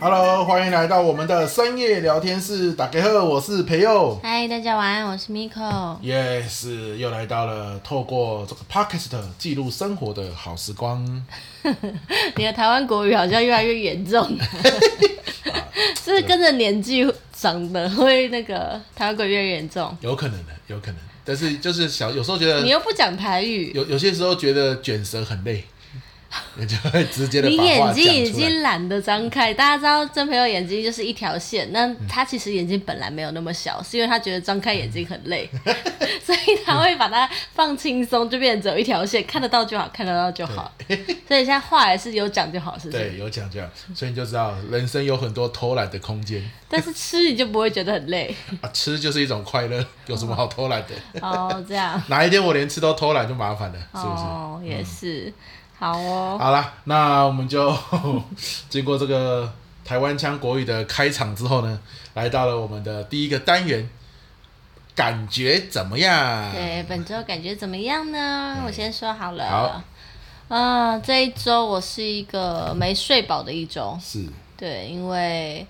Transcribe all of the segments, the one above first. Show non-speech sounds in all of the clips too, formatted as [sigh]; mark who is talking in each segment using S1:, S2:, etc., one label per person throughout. S1: Hello，欢迎来到我们的深夜聊天室。打给后，我是培佑。
S2: 嗨，大家晚安，我是 Miko。
S1: Yes，又来到了透过这个 Podcast 记录生活的好时光。
S2: 你的台湾国语好像越来越严
S1: [laughs]
S2: 重了，是不是跟着年纪长的会那个台湾国语越来越严重？
S1: 有可能的，有可能。但是就是小，有时候觉
S2: 你
S1: 得
S2: 又不讲台语，
S1: 有有些时候觉得卷舌很
S2: [laughs]
S1: 累，你就会直接的
S2: 你
S1: 把话
S2: 眼
S1: 讲
S2: 睛已
S1: 出来。
S2: 经懒得张开。大家知道真朋友眼睛就是一条线，那
S1: 嗯
S2: 他其实眼睛本来没有那么小，是因为他觉得张开眼睛很
S1: [laughs]
S2: 累，所以他会把它放轻松，就变成只有一条线，看得到就好，看得到就好。所以现在话还是有讲就好，是不是？
S1: 对，有讲这样，所以你就知道人生有很多偷懒的空间
S2: [laughs] 但是吃你就不会觉得很
S1: [laughs]
S2: 累。
S1: 啊，吃就是一种快乐，有什么好偷懒的？
S2: 哦，这样。
S1: 哪一天我连吃都偷懒就麻烦了，是不是？嗯
S2: 哦，也是，好哦。
S1: 好啦，那我们就 [laughs] 经过这个台湾腔国语的开场之后呢，来到了我们的第一个单元，感觉怎么样？
S2: 对，本周感觉怎么样呢？我先说好了。
S1: 嗯好。
S2: 啊、这一周我是一个没睡饱的一周，
S1: 是
S2: 对，因为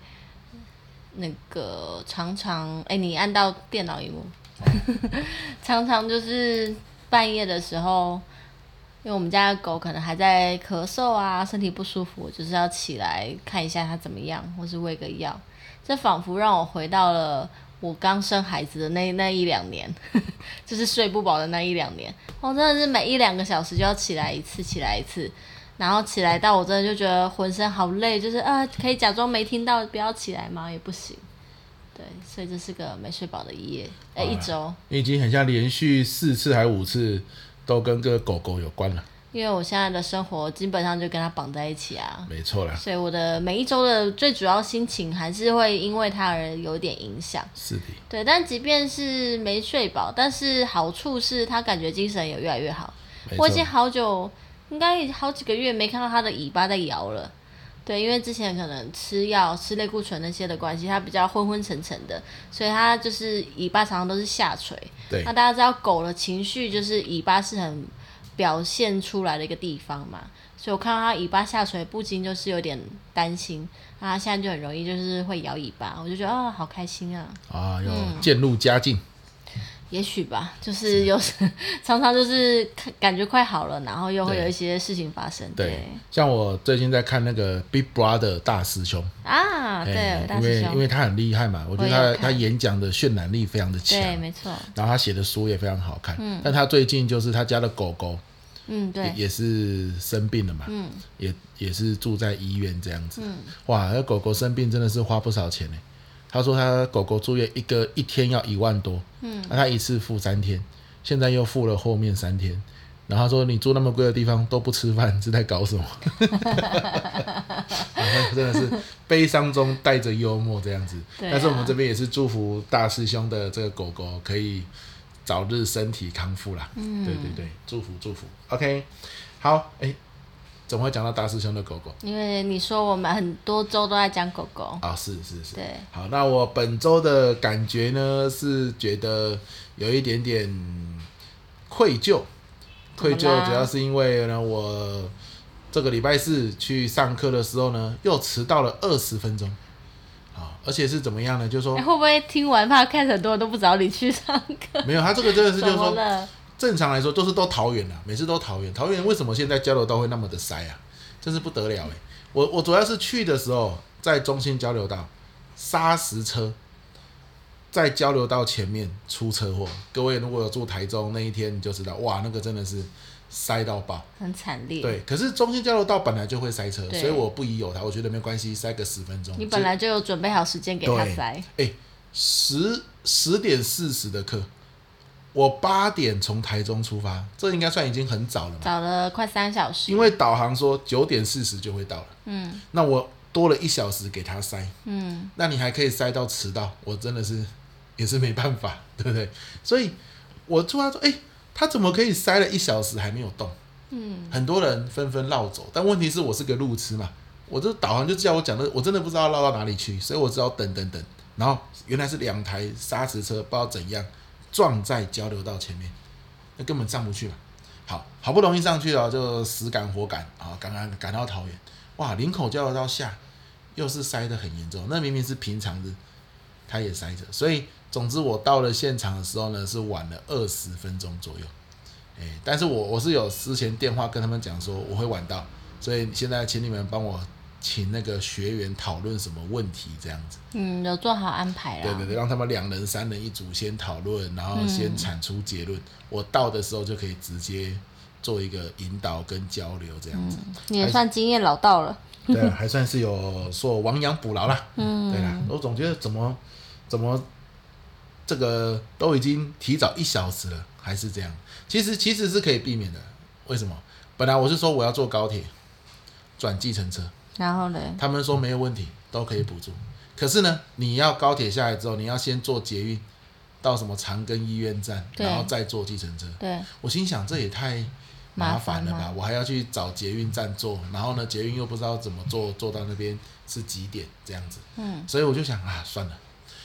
S2: 那个常常，哎、你按到电脑荧幕，常常就是半夜的时候，因为我们家的狗可能还在咳嗽啊，身体不舒服，我就是要起来看一下它怎么样，或是喂个药。这仿佛让我回到了我刚生孩子的那 [laughs] 那一两年，就是睡不饱的那一两年。我、真的是每一两个小时就要起来一次，起来一次，然后起来到我真的就觉得浑身好累，就是啊，可以假装没听到，不要起来吗？也不行。对，所以这是个没睡饱的一夜，哎、一周。
S1: 你已经很像连续四次还五次都跟这个狗狗有关了，
S2: 因为我现在的生活基本上就跟它绑在一起啊，
S1: 没错啦，
S2: 所以我的每一周的最主要心情还是会因为它而有点影响。
S1: 是的，
S2: 对，但即便是没睡饱，但是好处是他感觉精神也越来越好。
S1: 没
S2: 我已经
S1: 错，
S2: 好久，应该好几个月没看到他的尾巴在摇了。对，因为之前可能吃药、吃类固醇那些的关系，它比较昏昏沉沉的，所以它就是尾巴常常都是下垂。
S1: 对
S2: 那大家知道狗的情绪就是尾巴是很表现出来的一个地方嘛，所以我看到它尾巴下垂，不禁就是有点担心。那它现在就很容易就是会摇尾巴，我就觉得啊、好开心啊。
S1: 啊，又渐入佳境，
S2: 也许吧，就是有时 [laughs] 常常就是看感觉快好了，然后又会
S1: 对
S2: 有一些事情发生。
S1: 对，像我最近在看那个 Big Brother 大师兄，
S2: 啊，对
S1: 哎，
S2: 大
S1: 因为
S2: 师
S1: 因
S2: 兄，
S1: 为他很厉害嘛，我觉得
S2: 我也
S1: 他
S2: 有看
S1: 他演讲的渲染力非常的强，
S2: 对，没错，
S1: 然后他写的书也非常好看。但他最近就是他家的狗狗
S2: 嗯，
S1: 也
S2: 对，
S1: 也是生病了嘛，也也是住在医院这样子。哇，那狗狗生病真的是花不少钱呢。欸他说他狗狗住院一个一天要一万多，嗯，那他一次付三天，现在又付了后面三天。然后他说你住那么贵的地方都不吃饭，是在搞什么？啊那真的是悲伤中带着幽默这样子。
S2: 对啊
S1: 但是我们这边也是祝福大师兄的这个狗狗可以早日身体康复啦。嗯，对对对，祝福祝福。OK，好，哎、怎么会讲到大师兄的狗狗？
S2: 因为你说我们很多周都在讲狗狗，
S1: 啊、是是是。
S2: 对，
S1: 好，那我本周的感觉呢，是觉得有一点点愧疚，愧疚
S2: 怎么啦
S1: 主要是因为呢，我这个礼拜四去上课的时候呢，又迟到了二十分钟，啊，而且是怎么样呢？就是
S2: [laughs]
S1: 说
S2: 哎会不会听完怕看很多人都不找你去上课？
S1: 没有，他这个真的是就是
S2: 怎么
S1: 说，
S2: 了？
S1: 正常来说都是都桃园啊啦，每次都桃园，桃园为什么现在交流道会那么的塞啊？真是不得了哎、我我主要是去的时候在中心交流道，砂石车在交流道前面出车祸。各位如果有住台中那一天，你就知道哇，那个真的是塞到爆。
S2: 很惨烈。，
S1: 对，可是中心交流道本来就会塞车，
S2: 对
S1: 所以我不疑有他，我觉得没关系，塞个十分钟。
S2: 你本来就有准备好时间给他
S1: 对
S2: 塞，
S1: 哎，十十点四十的课，我八点从台中出发，这应该算已经很早了嘛。
S2: 找了快三小时，
S1: 因为导航说九点四十就会到了，嗯，那我多了一小时给他塞，嗯，那你还可以塞到迟到，我真的是 [laughs] 也是没办法， [laughs] 对不对？所以我突然说，哎、他怎么可以塞了一小时还没有动？嗯，很多人纷纷绕走，但问题是我是个路痴嘛，我这导航就叫我讲的，我真的不知道绕到哪里去，所以我只好等等等，然后原来是两台砂石车，不知道怎样撞在交流道前面，那根本上不去嘛。好，好不容易上去了，就死赶活赶啊，赶赶赶到桃园，哇，林口交流道下又是塞得很严重。那明明是平常日，他也塞着。所以总之我到了现场的时候呢，是晚了二十分钟左右。哎，但是我我是有之前电话跟他们讲说我会晚到，所以现在请你们帮我请那个学员讨论什么问题这样子。
S2: 嗯，有做好安排啦。
S1: 对对对，让他们两人、三人一组先讨论，然后先产出结论。我到的时候就可以直接做一个引导跟交流，这样子。
S2: 你也算经验老道了。
S1: 对啊，还算是有说亡羊补牢啦。嗯，对啦，我总觉得怎么怎么这个都已经提早一小时了，还是这样。其实其实是可以避免的。为什么？本来我是说我要坐高铁转计程车，
S2: 然后嘞，
S1: 他们说没有问题，都可以补助。可是呢，你要高铁下来之后，你要先坐捷运到什么长庚医院站，
S2: 对
S1: 然后再坐计程车。
S2: 对，
S1: 我心想这也太麻烦了
S2: 麻
S1: 吧，我还要去找捷运站坐，然后呢，捷运又不知道怎么坐，坐到那边是几点这样子。
S2: 嗯，
S1: 所以我就想啊，算了。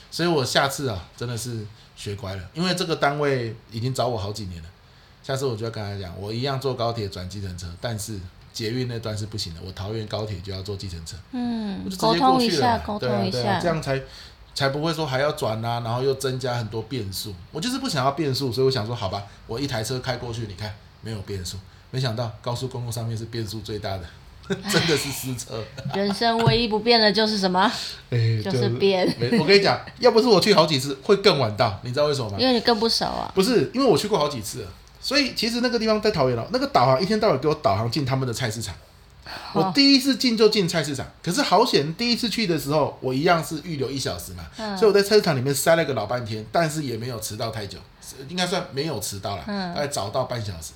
S1: 所以我下次啊，真的是学乖了，因为这个单位已经找我好几年了。下次我就要跟他讲，我一样坐高铁转计程车，但是捷运那段是不行的，我桃园高铁就要坐计程车。
S2: 嗯
S1: 我就，直
S2: 沟
S1: 接过
S2: 通
S1: 去
S2: 一
S1: 了
S2: 下，
S1: 啦
S2: 沟
S1: 对啊
S2: 通一
S1: 对啊
S2: 下，
S1: 这样才才不会说还要转啊，然后又增加很多变数。我就是不想要变数，所以我想说，好吧，我一台车开过去，你看没有变数。没想到高速公路上面是变数最大的， [laughs] 真 [laughs] 的是私车，
S2: 人生唯一不变的就是
S1: [laughs]
S2: 什么？
S1: 哎
S2: 就是变
S1: 没，我跟你讲，要不是我去好几次，会更晚到，你知道为什么吗？
S2: 因为你更不熟啊。
S1: 不是，因为我去过好几次了，所以其实那个地方在桃园哦，那个导航一天到晚给我导航进他们的菜市场。
S2: 哦
S1: 我第一次进就进菜市场，可是好险，第一次去的时候我一样是预留一小时嘛，
S2: 嗯
S1: 所以我在菜市场里面塞了个老半天，但是也没有迟到太久，是应该算没有迟到啦，
S2: 嗯
S1: 大概早到半小时。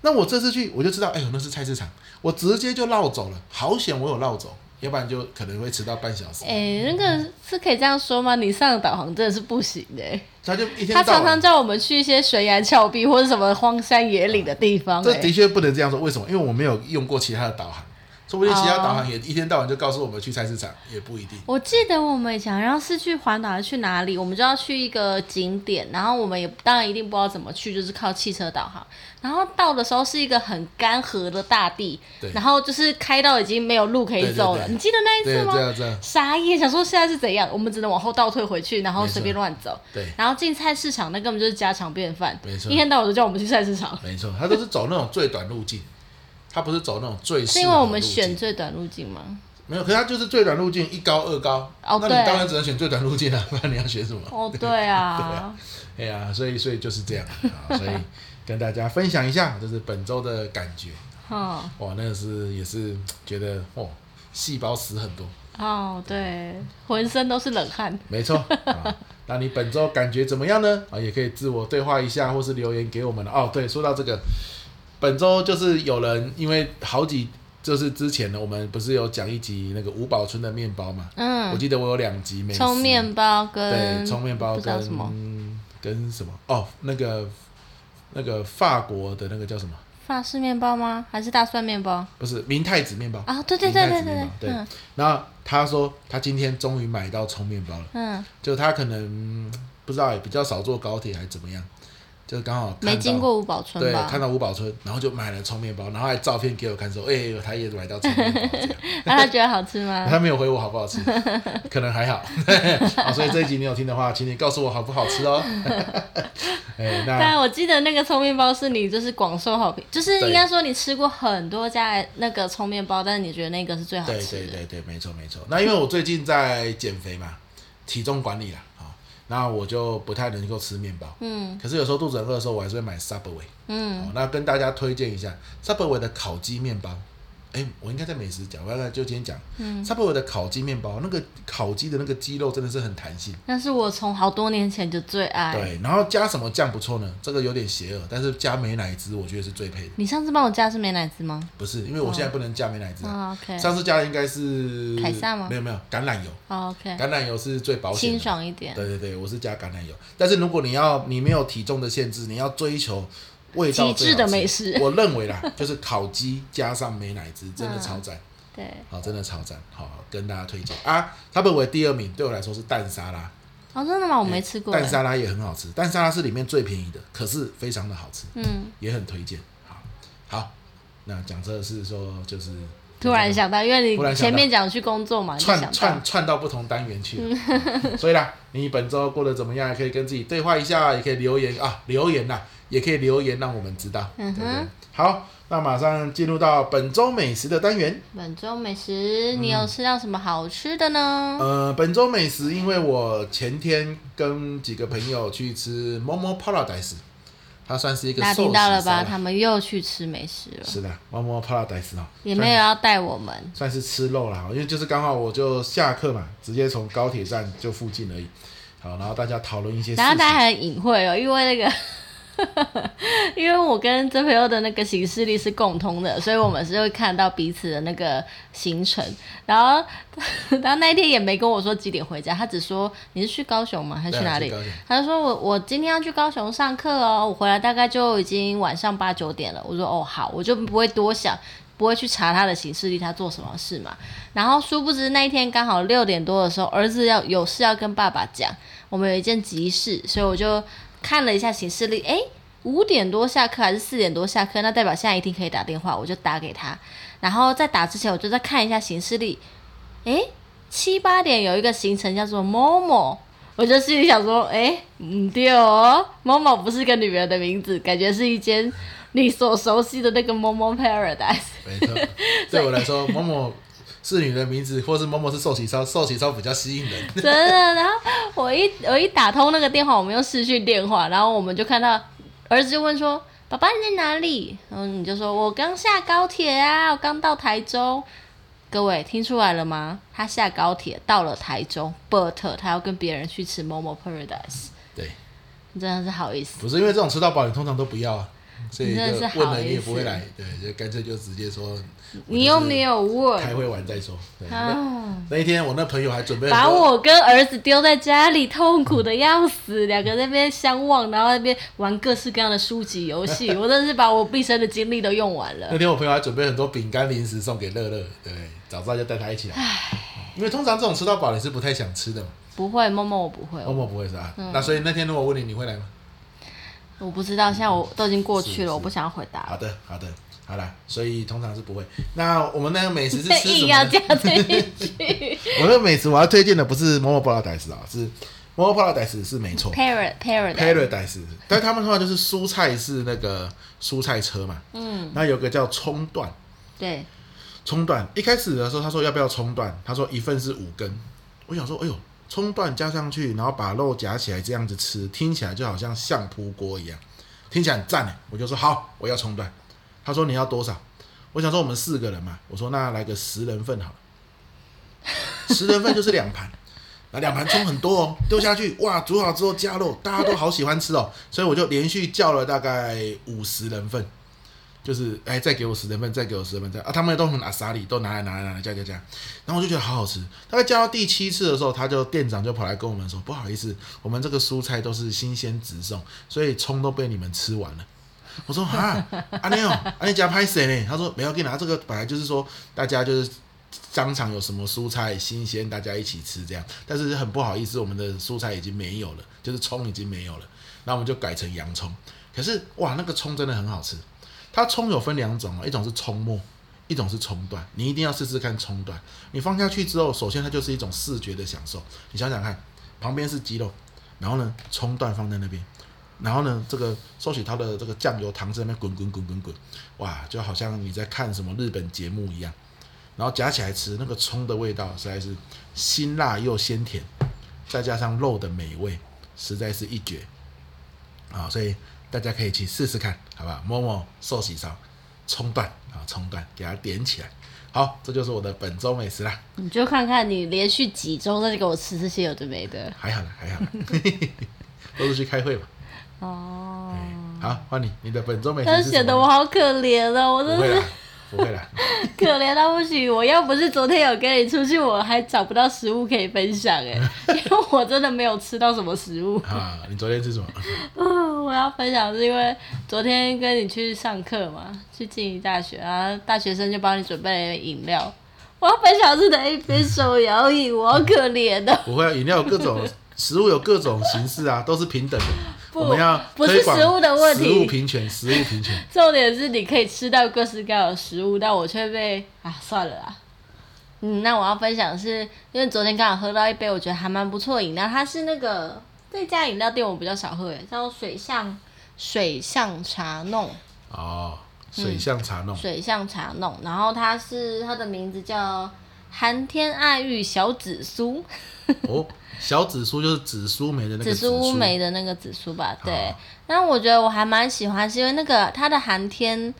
S1: 那我这次去我就知道，哎呦，那是菜市场，我直接就绕走了，好险我有绕走，要不然就可能会迟到半小时。
S2: 哎，那个是可以这样说吗？你上的导航真的是不行的欸、
S1: 他就一天
S2: 他
S1: 到晚
S2: 常常叫我们去一些悬崖峭壁或者什么荒山野岭的地方、
S1: 这
S2: 欸
S1: 的确不能这样说，为什么？因为我没有用过其他的导航，说不定其他
S2: 哦
S1: 导航也一天到晚就告诉我们去菜市场，也不一定。
S2: 我记得我们以前好像是去环岛，还是去哪里？我们就要去一个景点，然后我们也当然一定不知道怎么去，就是靠汽车导航。然后到的时候是一个很干涸的大地
S1: 对，
S2: 然后就是开到已经没有路可以走了。
S1: 对对对
S2: 你记得那一
S1: 对，
S2: 次
S1: 这
S2: 吗？
S1: 样这样，
S2: 傻眼，想说现在是怎样？我们只能往后倒退回去，然后随便乱走。
S1: 对，
S2: 然后进菜市场，那根本就是家常便饭，
S1: 没错
S2: 一天到晚都叫我们去菜市场，
S1: 没错，他都是啊走那种最短路径，他不是走那种最适
S2: 是啊
S1: 合
S2: 因为我们
S1: 的路径
S2: 选最短路径吗？
S1: 没有，可是他就是最短路径一高二高，
S2: 哦
S1: 那
S2: 对
S1: 你当然只能选最短路径了、啊 [laughs] 不然你要选什么？
S2: 哦，对啊，
S1: 哎呀，所以所以就是这样
S2: [laughs]
S1: 啊，所以跟大家分享一下，这是本周的感觉。
S2: 嗯，
S1: 哇，那个是也是觉得哦，细胞死很多。
S2: 哦，对，浑身都是冷汗。
S1: 没错啊。那你本周感觉怎么样呢？啊，也可以自我对话一下，或是留言给我们哦。对，说到这个，本周就是有人因为好几就是之前呢，我们不是有讲一集那个吴宝春的面包嘛？我
S2: 嗯，
S1: 记得我有两集美食
S2: 葱面包
S1: 对
S2: 跟
S1: 葱面包
S2: 不知道
S1: 跟
S2: 什么
S1: 跟什么哦，那个那个法国的那个叫什么？
S2: 法式面包吗？还是大蒜面包？
S1: 不是明太子面包
S2: 啊，对对
S1: 明
S2: 对
S1: 太
S2: 对
S1: 子面
S2: 对
S1: 包对。
S2: 嗯
S1: 然后他说他今天终于买到葱面包了。
S2: 嗯，
S1: 就他可能嗯不知道也比较少坐高铁还是怎么样，就刚好看到
S2: 没经过五宝村
S1: 对，
S2: 吧
S1: 看？到五宝村，然后就买了葱面包，然后还照片给我看说，哎、他也买到葱面包
S2: [laughs]
S1: 这样，
S2: 那啊他觉得好吃
S1: 他 [laughs]
S2: 吗？
S1: 没有回我好不好吃，可能还好， [laughs] 啊，所以这一集你有听的话，请你告诉我好不好吃哦。 [laughs] 哎、那
S2: 但我记得那个葱面包是你就是广受好评，就是应该说你吃过很多家的那个葱面包，但是你觉得那个是最好
S1: 对
S2: 吃
S1: 对
S2: 的。
S1: 对对，没错没错。那因为我最近在减肥嘛，体重管理啦，啊、那我就不太能够吃面包，
S2: 嗯
S1: 可是有时候肚子很饿的时候，我还是会买 Subway。
S2: 嗯，
S1: 哦，那跟大家推荐一下 Subway 的烤鸡面包。哎，我应该在美食讲，我要就今天讲。嗯，Subway 的烤鸡面包，那个烤鸡的那个鸡肉真的是很弹性。
S2: 那是我从好多年前就最爱。
S1: 对，然后加什么酱不错呢？这个有点邪恶，但是加美乃滋我觉得是最配的。
S2: 你上次帮我加是美乃滋吗？
S1: 不是，因为我现在不能加美乃滋、啊。
S2: 啊，OK
S1: 上次加的应该是
S2: 凯撒吗
S1: 没有没有，橄榄油，
S2: 啊 OK，
S1: 橄榄油是最保险
S2: 清
S1: 的。
S2: 爽一点，
S1: 对对对，我是加橄榄油。但是如果你要你没有体重的限制，你要追求味道
S2: 极致的美
S1: 最
S2: 食
S1: 好吃我认为啦，就是烤鸡加上美乃滋，
S2: 嗯
S1: 真的超赞，
S2: 对。
S1: 好、真的超赞，好跟大家推荐啊。它被为第二名，对我来说是蛋沙拉，
S2: 哦，真的吗？我没吃过。
S1: 蛋沙拉也很好吃，蛋沙拉是里面最便宜的，可是非常的好吃，
S2: 嗯，
S1: 也很推荐。好，好，那讲这个是说就是
S2: 突然想到，因为
S1: 忽
S2: 你
S1: 然想到
S2: 前面讲去工作嘛，你就
S1: 串
S2: 想到
S1: 串串到不同单元去了。嗯 [laughs] 所以啦，你本周过得怎么样？也可以跟自己对话一下，也可以留言啊，留言呐，也可以留言让我们知道，
S2: 嗯哼
S1: 对不对？好，那马上进入到本周美食的单元。
S2: 本周美食，你有吃到什么好吃的呢？
S1: 嗯呃，本周美食，因为我前天跟几个朋友去吃 Momo Paradise，它算是一个
S2: 大家
S1: 寿
S2: 听
S1: 喜
S2: 到了
S1: 烧
S2: 吧？
S1: 啦
S2: 他们又去吃美食了，
S1: 是的，Momo Paradise 哦，
S2: 也没有要带我们。
S1: 算是吃肉啦，因为就是刚好我就下课嘛，直接从高铁站就附近而已。好，然后大家讨论一些事
S2: 然后大家
S1: 情。
S2: 还很隐晦哦，因为那个， [laughs] 因为我跟这朋友的那个行事历是共通的，所以我们是会看到彼此的那个行程。然后， [laughs] 然后那一天也没跟我说几点回家，他只说你是去高雄吗？还是去
S1: 对啊
S2: 哪
S1: 去
S2: 里
S1: 高雄？
S2: 他就说我我今天要去高雄上课哦，我回来大概就已经晚上八九点了。我说哦好，我就不会多想。不会去查他的行事历，他做什么事嘛？然后殊不知那一天刚好六点多的时候，儿子要有事要跟爸爸讲，我们有一件急事，所以我就看了一下行事历，诶，五点多下课还是四点多下课？那代表现在一定可以打电话，我就打给他。然后在打之前，我就再看一下行事历，诶，七八点有一个行程叫做某某。我就心里想说，诶，嗯对哦，某某不是个女人的名字，感觉是一间你所熟悉的那个某某 paradise。
S1: 没
S2: [laughs]
S1: 错，对我来说，某某 [laughs] 是你的名字，或是某某是寿喜烧，寿喜烧比较吸引
S2: [laughs]
S1: 人。
S2: 真的。然后我一我一打通那个电话，我们用视讯电话，然后我们就看到儿子就问说：“爸爸你在哪里？”然后你就说：“我刚下高铁啊，我刚到台中。”各位听出来了吗？他下高铁到了台中，but 他要跟别人去吃 Momo Paradise，
S1: 对，
S2: 你真的是好意思。
S1: 不是因为这种吃到饱，你通常都不要啊，所以
S2: 你真
S1: 就
S2: 的是
S1: 问
S2: 好
S1: 了你也
S2: 意
S1: 不会
S2: 思
S1: 来，对，就干脆就直接说
S2: 你又没有
S1: 开
S2: 问
S1: 会完再说。对，那
S2: 啊，
S1: 那一天我那朋友还准备很
S2: 把
S1: 多
S2: 我跟儿子丢在家里，痛苦的要死，两个在那边相望，然后在那边玩各式各样的书籍游戏，我真的是把我毕生的精力都用完了
S1: 那。天我朋友还准备很多饼干零食送给乐乐，对，早知道就带他一起来。因为通常这种吃到饱你是不太想吃的嘛，
S2: 不会，默默我不会，
S1: 欧
S2: 我
S1: 某不会是
S2: 嗯
S1: 啊。那所以那天如果问你，你会来吗？
S2: 我不知道，现在我都已经过去
S1: 是是
S2: 了，我不想要回答
S1: 好
S2: 了。
S1: 的，好的，好啦，所以通常是不会。那我们那个美 [laughs] 食是
S2: 被
S1: 吃什
S2: 硬
S1: 么
S2: 要
S1: 呢？
S2: 加这
S1: [laughs]
S2: [laughs] 一句
S1: 我那个美食我要推荐的不是 Momo Paradise 啊，是 Momo Paradise 是没错
S2: parrot parrot
S1: ，Paradise，但他们的话就是蔬菜是那个蔬菜车嘛，嗯，那有个叫葱段，
S2: 对，
S1: 葱段一开始的时候，他说要不要葱段？他说一份是五根。我想说，哎呦，葱段加上去，然后把肉夹起来这样子吃，听起来就好像相扑锅一样，听起来很赞耶欸我就说好，我要葱段。他说你要多少？我想说我们四个人嘛，我说那来个十人份好了，十人份就是两盘。那两盘葱很多哦，丢下去哇，煮好之后加肉，大家都好喜欢吃哦，所以我就连续叫了大概五十人份，就是哎，再给我十人份，再给我十人份，再啊，他们都很阿萨里，都拿来拿来拿来加加加，然后我就觉得好好吃。大概加到第七次的时候，他就店长就跑来跟我们说，不好意思，我们这个蔬菜都是新鲜直送，所以葱都被你们吃完了。我说啊，阿内哦，阿内加拍谁呢？他说没有，给你拿这个本来就是说大家就是商场有什么蔬菜新鲜，大家一起吃这样。但是很不好意思，我们的蔬菜已经没有了，就是葱已经没有了，那我们就改成洋葱。可是哇，那个葱真的很好吃。它葱有分两种哦，一种是葱末，一种是葱段。你一定要试试看葱段。你放下去之后，首先它就是一种视觉的享受。你想想看，旁边是鸡肉，然后呢，葱段放在那边，然后呢，这个寿喜它的这个酱油糖在那边滚滚滚滚滚，哇，就好像你在看什么日本节目一样。然后夹起来吃，那个葱的味道实在是辛辣又鲜甜，再加上肉的美味，实在是一绝。啊，所以大家可以去试试看，好不好？摸摸寿喜烧，葱段啊，葱段给它点起来。好，这就是我的本周美食啦，
S2: 你就看看你连续几周都在给我吃这些有的没的
S1: 还好啦，还好啦， [laughs] 都是去开会嘛。
S2: 哦。
S1: 嗯好，换你，你的本周美
S2: 但
S1: 食
S2: 是
S1: 是
S2: 显
S1: 什
S2: 得我
S1: 么？
S2: 好可怜哦，我
S1: 不
S2: 真
S1: 会
S2: 的
S1: 啦
S2: 是，
S1: 不会啦， [laughs]
S2: 可怜到不行。我要不是昨天有跟你出去，我还找不到食物可以分享哎，因为我真的没有吃到什么食物。
S1: 啊，你昨天吃什么？
S2: 嗯，我要分享是因为昨天跟你去上课嘛，去静宜大学，然后大学生就帮你准备了饮料。我要分享是哪一杯手摇饮，我好可怜的。哦
S1: 不会啊，饮料有各种，食物有各种形式啊，都是平等的。我们要
S2: 不
S1: 推
S2: 是
S1: 广
S2: 食物的问题
S1: 食物平权，食物平权。
S2: 重点是你可以吃到各式各样的食物，但我却被啊算了啦。嗯，那我要分享的是因为昨天刚好喝到一杯我觉得还蛮不错的饮料，它是那个这家饮料店我比较少喝诶，叫水象水象茶弄
S1: 哦，水象茶弄，
S2: 水象茶弄，然后它是它的名字叫寒天爱玉小紫苏，
S1: 哦，小紫苏就是紫苏梅的那个
S2: 嗯紫苏
S1: 苏啊
S2: 乌梅的那个紫苏吧，对
S1: 好。
S2: 那我觉得我还蛮喜欢，是因为那个它的寒天，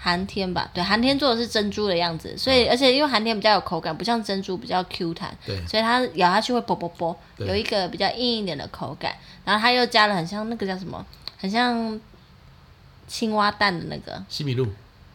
S2: 寒天吧，对，寒天做的是珍珠的样子，所以、而且因为寒天比较有口感，不像珍珠比较 Q 弹，
S1: 对
S2: 所以它咬下去会啵啵啵，
S1: 对
S2: 有一个比较硬一点的口感。然后它又加了很像那个叫什么，很像青蛙蛋的那个，
S1: 西米露。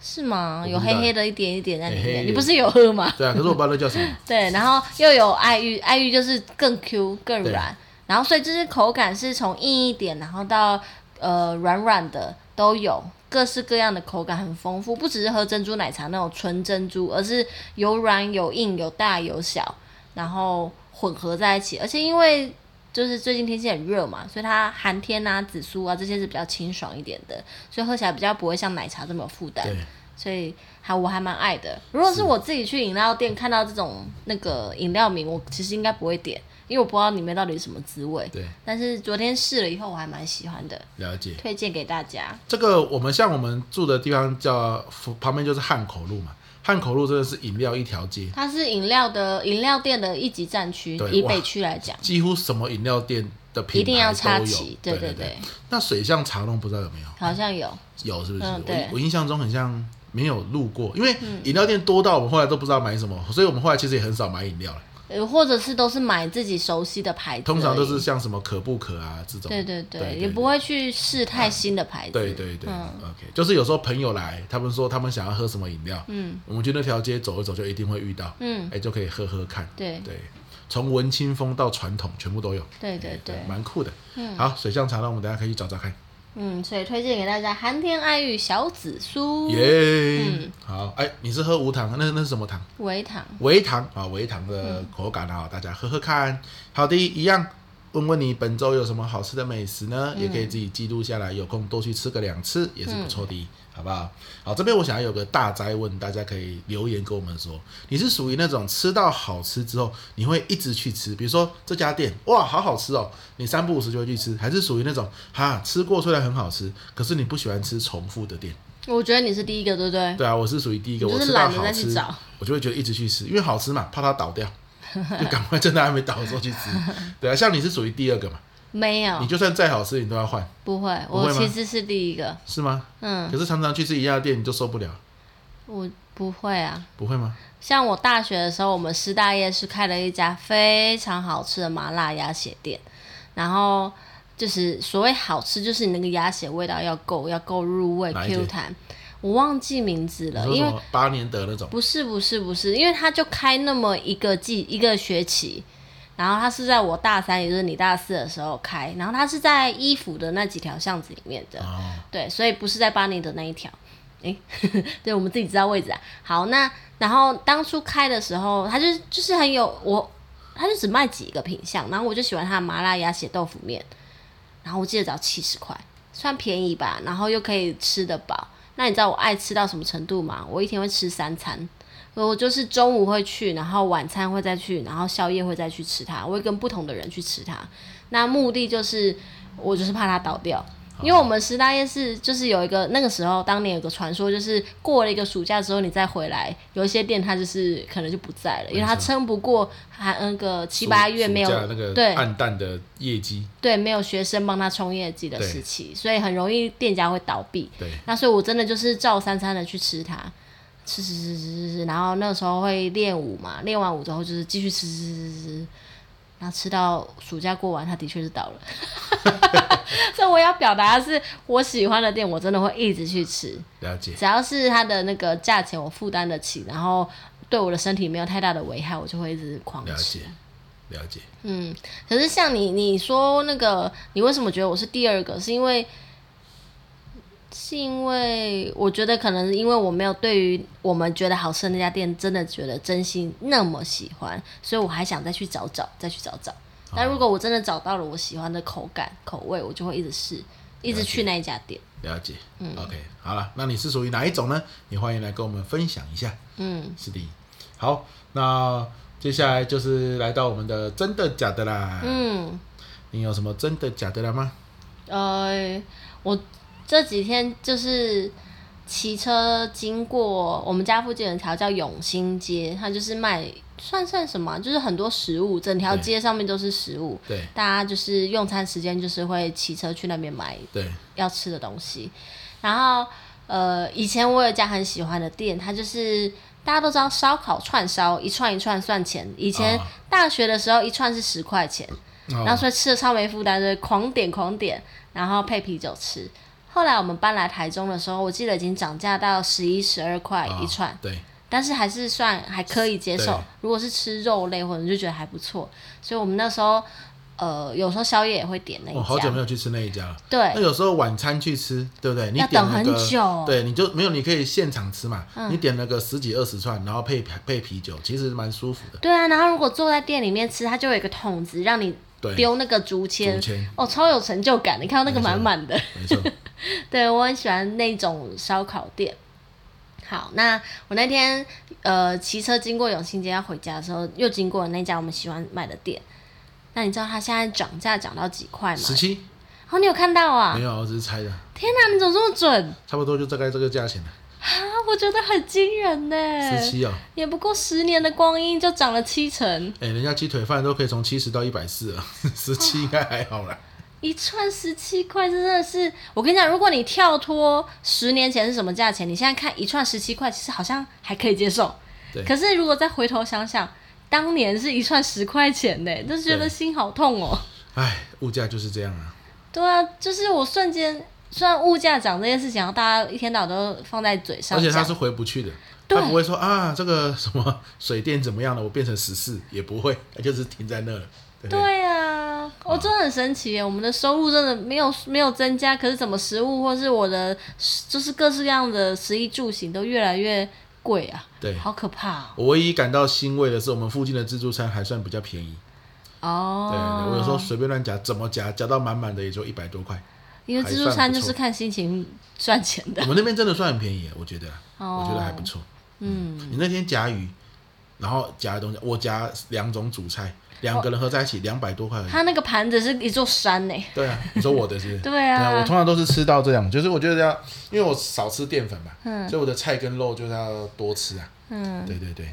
S2: 是吗？
S1: 我不
S2: 有
S1: 知
S2: 黑
S1: 道
S2: 黑的一点一点在里面，
S1: 黑黑的
S2: 你不是有喝吗？
S1: 对啊，可是我不知道那叫什
S2: [laughs]
S1: 么。
S2: 对，然后又有爱玉，爱玉就是更 Q 更
S1: 对
S2: 软，然后所以就是口感是从硬一点，然后到呃软软的都有，各式各样的口感很丰富，不只是喝珍珠奶茶那种纯珍珠，而是有软有硬有大有小，然后混合在一起，而且因为就是最近天气很热嘛，所以它寒天啊、紫苏啊这些是比较清爽一点的，所以喝起来比较不会像奶茶这么有负担。
S1: 对，
S2: 所以还我还蛮爱的。如果是我自己去饮料店看到这种那个饮料名，我其实应该不会点，因为我不知道里面到底是什么滋味。
S1: 对，
S2: 但是昨天试了以后，我还蛮喜欢的，
S1: 了解。
S2: 推荐给大家。
S1: 这个我们像我们住的地方叫旁边就是汉口路嘛，汉口路真的是饮料一条街，
S2: 它是饮料的饮料店的一级战区
S1: 对，
S2: 以
S1: 哇
S2: 北区来讲，
S1: 几乎什么饮料店的品牌
S2: 一定要插
S1: 都有
S2: 旗。对
S1: 对
S2: 对对，
S1: 那水象茶弄不知道有没有？
S2: 好像有。
S1: 有是不是？
S2: 嗯对嗯
S1: 我我印象中很像没有路过，因为饮料店多到我们后来都不知道买什么，所以我们后来其实也很少买饮料了。
S2: 呃，或者是都是买自己熟悉的牌子而已，
S1: 通常都是像什么可不可啊这种。
S2: 对对对，
S1: 对
S2: 也不。会去试太新的牌子。
S1: 对对对、
S2: 嗯
S1: o k 就是有时候朋友来，他们说他们想要喝什么饮料，嗯，我们去那条街走一走，就一定会遇到，
S2: 嗯
S1: 哎、就可以喝喝看。
S2: 对
S1: 对，从文青风到传统，全部都有。
S2: 对对对
S1: 哎蛮酷的。嗯，好，水象茶呢，我们等一下可以去找找看。
S2: 嗯，所以推荐给大家寒天爱玉小紫苏
S1: 耶、
S2: 嗯
S1: 好，哎，你是喝无糖，那那是什么糖？
S2: 微糖。
S1: 微糖啊，微糖的口感啊，大家喝喝看。好的，一样。问问你本周有什么好吃的美食呢？也可以自己记录下来，有空多去吃个两次也是不错的，好不好？好，这边我想要有个大灾问，大家可以留言跟我们说，你是属于那种吃到好吃之后你会一直去吃，比如说这家店哇好好吃哦，你三不五时就会去吃，还是属于那种哈吃过虽然很好吃，可是你不喜欢吃重复的店？
S2: 我觉得你是第一个，对不对？
S1: 对啊，我是属于第一个，
S2: 你就
S1: 我
S2: 是
S1: 吃到
S2: 懒得
S1: 好
S2: 再去
S1: 吃
S2: 找，
S1: 我就会觉得一直去吃，因为好吃嘛，怕它倒
S2: [laughs]
S1: 掉，就赶快趁它还没倒的时候去吃。对啊，像你是属于第二个嘛，
S2: 没
S1: 你
S2: 有，
S1: 就算再好吃，你都要换，
S2: 不会，
S1: 不会吗
S2: 我其实是第一个。
S1: 是吗？
S2: 嗯，
S1: 可是常常去吃一样的店，你就受不了，
S2: 我不会啊。
S1: 不会吗？
S2: 像我大学的时候，我们师大夜市开了一家非常好吃的麻辣鸭血店，然后就是所谓好吃，就是你那个鸭血味道要够，要够入味
S1: 哪一间
S2: Q 弹。我忘记名字
S1: 你
S2: 了，
S1: 说什
S2: 因为
S1: 么八年得那种？
S2: 不是不是不是，因为他就开那么一个季一个学期，然后他是在我大三，也就是你大四的时候开，然后他是在衣服的那几条巷子里面的，
S1: 哦，
S2: 对，所以不是在巴黎的那一条。诶， [laughs] 对，我们自己知道位置啊。好，那然后当初开的时候，他就是就是很有我，他就只卖几个品相，然后我就喜欢他的麻辣鸭血豆腐面，然后我记得只要七十块，算便宜吧，然后又可以吃得饱。那你知道我爱吃到什么程度吗？我一天会吃三餐，我就是中午会去，然后晚餐会再去，然后宵夜会再去吃它，我会跟不同的人去吃它。那目的就是我就是怕它倒掉。因为我们师大夜市就是有一个那个时候，当年有个传说，就是过了一个暑假之后你再回来，有一些店它就是可能就不在了，因为它撑不过还那个七八月没有
S1: 暑假那个
S2: 对
S1: 暗淡的业绩，
S2: 对，没有学生帮他冲业绩的时期，所以很容易店家会倒闭。
S1: 对，
S2: 那所以我真的就是照三餐的去吃它，吃吃吃吃吃吃，然后那时候会练舞嘛，练完舞之后就是继续吃吃吃吃吃，然后吃到暑假过完，它的确是倒了。
S1: [laughs]
S2: 所以我要表达的是，我喜欢的店我真的会一直去吃，
S1: 了解。
S2: 只要是它的那个价钱我负担得起，然后对我的身体没有太大的危害，我就会一直狂
S1: 了
S2: 吃
S1: 解。，了解。
S2: 嗯，可是像你你说那个，你为什么觉得我是第二个？是因为是因为我觉得可能是因为我没有对于我们觉得好吃的那家店真的觉得真心那么喜欢，所以我还想再去找找，再去找找。但如果我真的找到了我喜欢的口感口味，我就会一直试，一直去那一家店。
S1: 了解，嗯，OK，好了，那你是属于哪一种呢？也欢迎来跟我们分享一下。
S2: 嗯，
S1: 是的，好，那接下来就是来到我们的真的假的啦。
S2: 嗯，
S1: 你有什么真的假的啦吗？
S2: 呃，我这几天就是骑车经过我们家附近有一条叫永兴街，它就是卖算算什么啊，就是很多食物，整条
S1: 对
S2: 街上面都是食物。
S1: 对
S2: 大家就是用餐时间就是会骑车去那边买
S1: 对，
S2: 要吃的东西。然后呃，以前我有一家很喜欢的店，它就是大家都知道烧烤串烧一串一串算钱，以前
S1: 啊
S2: 大学的时候一串是十块钱，
S1: 哦
S2: 然后所以吃的超没负担，就是狂点狂点，然后配啤酒吃。后来我们搬来台中的时候，我记得已经涨价到十一、十二块
S1: 啊
S2: 一串，
S1: 对，
S2: 但是还是算还可以接受
S1: 对。
S2: 如果是吃肉类或者就觉得还不错，所以我们那时候呃有时候宵夜也会点那一
S1: 我、
S2: 家，
S1: 哦好久没有去吃那一家了。那
S2: 对
S1: 有时候晚餐去吃，对不对？你
S2: 要
S1: 点
S2: 等
S1: 那
S2: 很
S1: 个
S2: 久嗯
S1: 对，你就没有，你可以现场吃嘛。你点了个十几二十串，然后配配啤酒，其实蛮舒服的。
S2: 对啊。然后如果坐在店里面吃，它就有一个桶子让你
S1: 对，
S2: 丢那个竹签
S1: 竹，签
S2: 哦，超有成就感的，你看到那个
S1: 没错
S2: 满满的。
S1: 没错，
S2: [laughs] 对我很喜欢那种烧烤店。好，那我那天呃骑车经过永庆街要回家的时候，又经过了那家我们喜欢买的店。那你知道它现在涨价涨到几块吗？
S1: 十七嗯
S2: 哦，你有看到啊
S1: 没？有，我只是猜的，
S2: 天哪，你怎么这么准
S1: 差不多就大概这个价钱了，
S2: 啊？我觉得很惊人呢。
S1: 十七哦。
S2: 也不过十年的光阴就涨了七成，
S1: 哎、人家鸡腿饭都可以从七十到一百四啊， [laughs] 十七应该还好啦。
S2: 一串十七块，真的是我跟你讲，如果你跳脱十年前是什么价钱，你现在看一串十七块，其实好像还可以接受。
S1: 对
S2: 可是如果再回头想想，当年是一串十块钱呢，就是觉得
S1: 对
S2: 心好痛哦、
S1: 哎，物价就是这样啊。
S2: 对啊，就是我瞬间，虽然物价涨这件事情，然后大家一天到晚都放在嘴上
S1: 而且他
S2: 讲
S1: 是，回不去的，
S2: 对
S1: 他不会说啊这个什么水电怎么样了，我变成十四也不会， [laughs] 他就是停在那了。对不对
S2: 对啊，
S1: 嗯
S2: 我、真的很神奇耶！我们的收入真的没有没有增加，可是怎么食物或是我的就是各式各样的食衣住行都越来越贵啊，
S1: 对
S2: 好可怕哦！
S1: 我唯一感到欣慰的是，我们附近的自助餐还算比较便宜。对，
S2: 哦
S1: 我有时候随便乱夹，怎么夹夹到满满的也就一百多块。
S2: 因为自助餐就是看心情赚钱的
S1: 我们那边真的算很便宜，我觉得啊，
S2: 哦
S1: 我觉得还不错。嗯，你那天夹鱼，然后夹的东西，我夹两种主菜，两个人合在一起两百多块而已。
S2: 它那个盘子是一座山呢。
S1: 对啊，你说我的是不是？
S2: 对啊
S1: 我通常都是吃到这样，就是我觉得要，因为我少吃淀粉嘛，所以我的菜跟肉就是要多吃啊。
S2: 嗯，
S1: 对对对，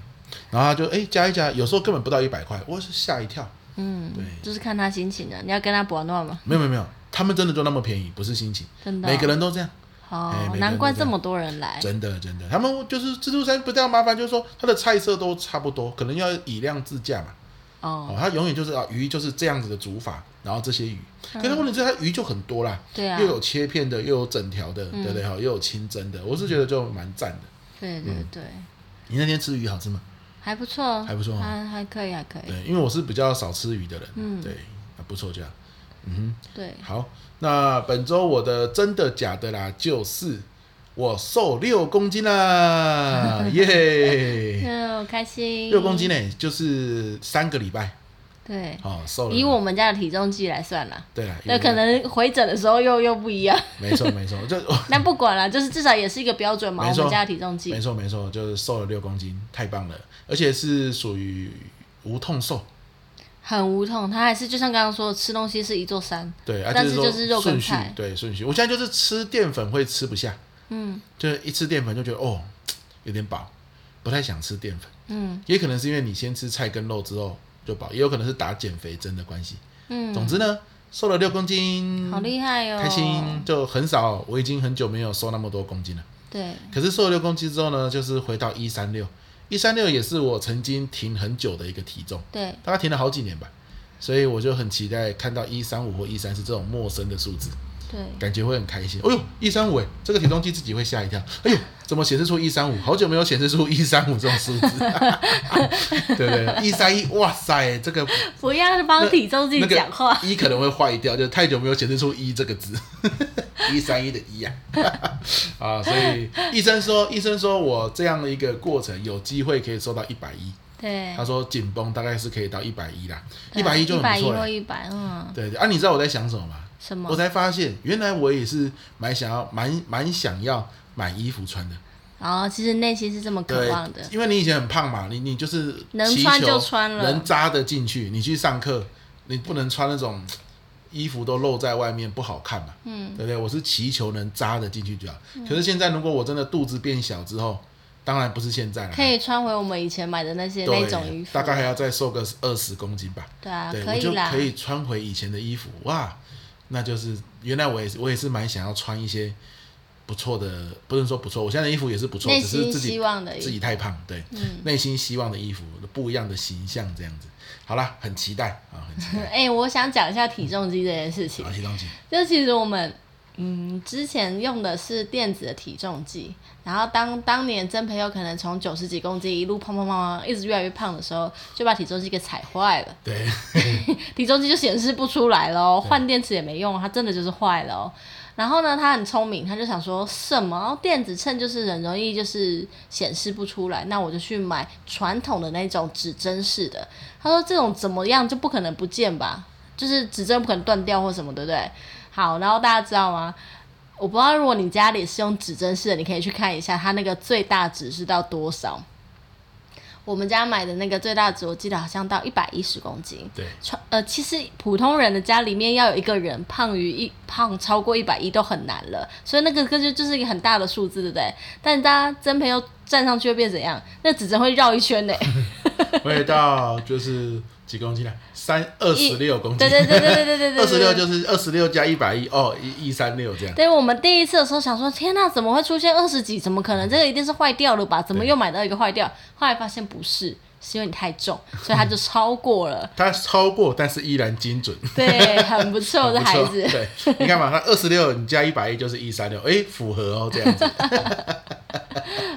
S1: 然后他就哎、加一加，有时候根本不到一百块，我是吓一跳。嗯，对，
S2: 就是看他心情啊，你要跟他博暖吗？
S1: 没有没有没有，他们真的就那么便宜，不是心情，
S2: 真的哦哎
S1: 每个人都这样，
S2: 哦
S1: 哎每个，人
S2: 难怪
S1: 都这
S2: 这
S1: 样
S2: 么多人来。
S1: 真的真的，他们就是自助餐不这样麻烦，就是说它的菜色都差不多，可能要以量制价嘛。
S2: 哦，
S1: 哦，它永远就是啊，鱼就是这样子的煮法，然后这些鱼，可是问题是它鱼就很多啦，
S2: 嗯对啊嗯
S1: 又有切片的，又有整条的，对不对？哈，又有清蒸的，我是觉得就蛮赞的。
S2: 对对对，
S1: 你那天吃鱼好吃吗？
S2: 还不错，
S1: 嗯还不错哦
S2: 还还可以，还可以。
S1: 对，因为我是比较少吃鱼的人，
S2: 嗯
S1: 对，还不错这样。
S2: 对，
S1: 好，那本周我的真的假的啦，就是我瘦六公斤
S2: [laughs]
S1: 啦，耶！
S2: 嗯，我开心。
S1: 哎六公斤呢、就是三个礼拜
S2: 对，
S1: 哦，瘦了。哎
S2: 以我们家的体重计来算啦，
S1: 对啦，
S2: 那可能回诊的时候又又不一样。
S1: [laughs] 没错没错，
S2: [laughs]
S1: 就
S2: 那不管啦，就是至少也是一个标准嘛。
S1: 没
S2: 我
S1: 错
S2: 们家的体重
S1: 没
S2: 计，
S1: 错没错，就是瘦了六公斤，太棒了，而且是属于无痛瘦，
S2: 很无痛，它还是就像刚刚说的，吃东西是一座山。
S1: 对，啊、
S2: 但
S1: 就是说
S2: 就是肉跟
S1: 顺序
S2: 菜，
S1: 对顺序。我现在就是吃淀粉会吃不下，
S2: 嗯
S1: 就是一吃淀粉就觉得哦有点饱，不太想吃淀粉。
S2: 嗯
S1: 也可能是因为你先吃菜跟肉之后就饱，也有可能是打减肥针的关系。
S2: 嗯，
S1: 总之呢，瘦了六公斤，
S2: 好厉害哦，
S1: 开心。就很少，我已经很久没有瘦那么多公斤了。
S2: 对，
S1: 可是瘦了六公斤之后呢，就是回到一三六，一三六也是我曾经停很久的一个体重，
S2: 对，
S1: 大概停了好几年吧。所以我就很期待看到一三五或一三是这种陌生的数字，
S2: 对， [laughs]
S1: 感觉会很开心。哎呦，一三五哎，这个体重计自己会吓一跳。哎呦，怎么显示出一三五？好久没有显示出一三五这种数字， [laughs] 对不对？一三一，哇塞，这个
S2: 不要帮体重计
S1: 那个
S2: 讲话。
S1: 一可能会坏掉，就太久没有显示出一这个字， [laughs] 一三一的一啊 [laughs] 呀、啊，啊，所以医生说，医生说我这样的一个过程有机会可以瘦到一百一，
S2: 对
S1: 他，说紧绷大概是可以到一百一啦，一百一就
S2: 一
S1: 很
S2: 百
S1: 不
S2: 啊一
S1: 错
S2: 或
S1: 了。
S2: 一百，嗯，
S1: 对对啊，你知道我在想什么吗？
S2: 什么
S1: 我？才发现原来我也是蛮想要蛮蛮想要买衣服穿的。
S2: 然后其实内心是这么渴
S1: 对
S2: 望的，，
S1: 因为你以前很胖嘛，你你就是
S2: 能
S1: 祈
S2: 穿
S1: 求
S2: 就穿了
S1: 能扎得进去。你去上课，你不能穿那种衣服都露在外面，不好看嘛，嗯，对不对？我是祈求能扎得进去就好。
S2: 嗯
S1: 可是现在，如果我真的肚子变小之后，当然不是现在了，
S2: 可以穿回我们以前买的那些那种衣
S1: 对，
S2: 服，
S1: 大概还要再瘦个二十公斤吧。
S2: 对啊，
S1: 对，
S2: 可
S1: 我
S2: 以
S1: 就
S2: 啦
S1: 可，以穿回以前的衣服，哇，那就是原来我也是我也是蛮想要穿一些不错的，不能说不错，我现在的衣服也是不错，
S2: 内
S1: 只是
S2: 心
S1: 自己
S2: 希望的衣服嗯
S1: 自己太胖，对，内心希望的衣服不一样的形象这样子，好啦，很期待啊，很
S2: [laughs]
S1: 期待，
S2: 哎、我想讲一下体重机这件事情
S1: 好，。谢东西，
S2: 就其实我们嗯之前用的是电子的体重计，然后当当年真朋友可能从九十几公斤一路胖胖胖胖，一直越来越胖的时候，就把体重计给踩坏了，
S1: 对，
S2: 体重计就显示不出来喽，换电池也没用，它真的就是坏了哦。然后呢，他很聪明，他就想说什么电子秤就是很容易就是显示不出来，那我就去买传统的那种指针式的。他说这种怎么样就不可能不见吧，就是指针不可能断掉或什么，对不对？好，然后大家知道吗？我不知道，如果你家里是用指针式的，你可以去看一下它那个最大值是到多少。我们家买的那个最大值，我记得好像到一百一十公斤。
S1: 对，
S2: 传呃，其实普通人的家里面要有一个人胖于一胖超过一百一都很难了，所以那个根就就是一个很大的数字，对不对？但大家真朋友站上去会变怎样？那指针会绕一圈呢、
S1: 会到就是几公斤呢？三 [laughs] 二十六公斤，
S2: 对对对对对对对对
S1: [laughs]
S2: 对
S1: 二十六就是二十六加一百一哦，一一三六这样，。
S2: 对我们第一次的时候想说，天呐，怎么会出现二十几？怎么可能？这个一定是坏掉了吧？怎么又买到一个坏掉？后来发现不是，是因为你太重，所以它就超过了
S1: [laughs] 它超过，但是依然精准。
S2: 对，很不错，这
S1: 不
S2: 孩
S1: 错，
S2: 子。
S1: 对，你看嘛，他二十六，你加一百一就是一三六，哎，符合哦，这样
S2: [laughs]
S1: 子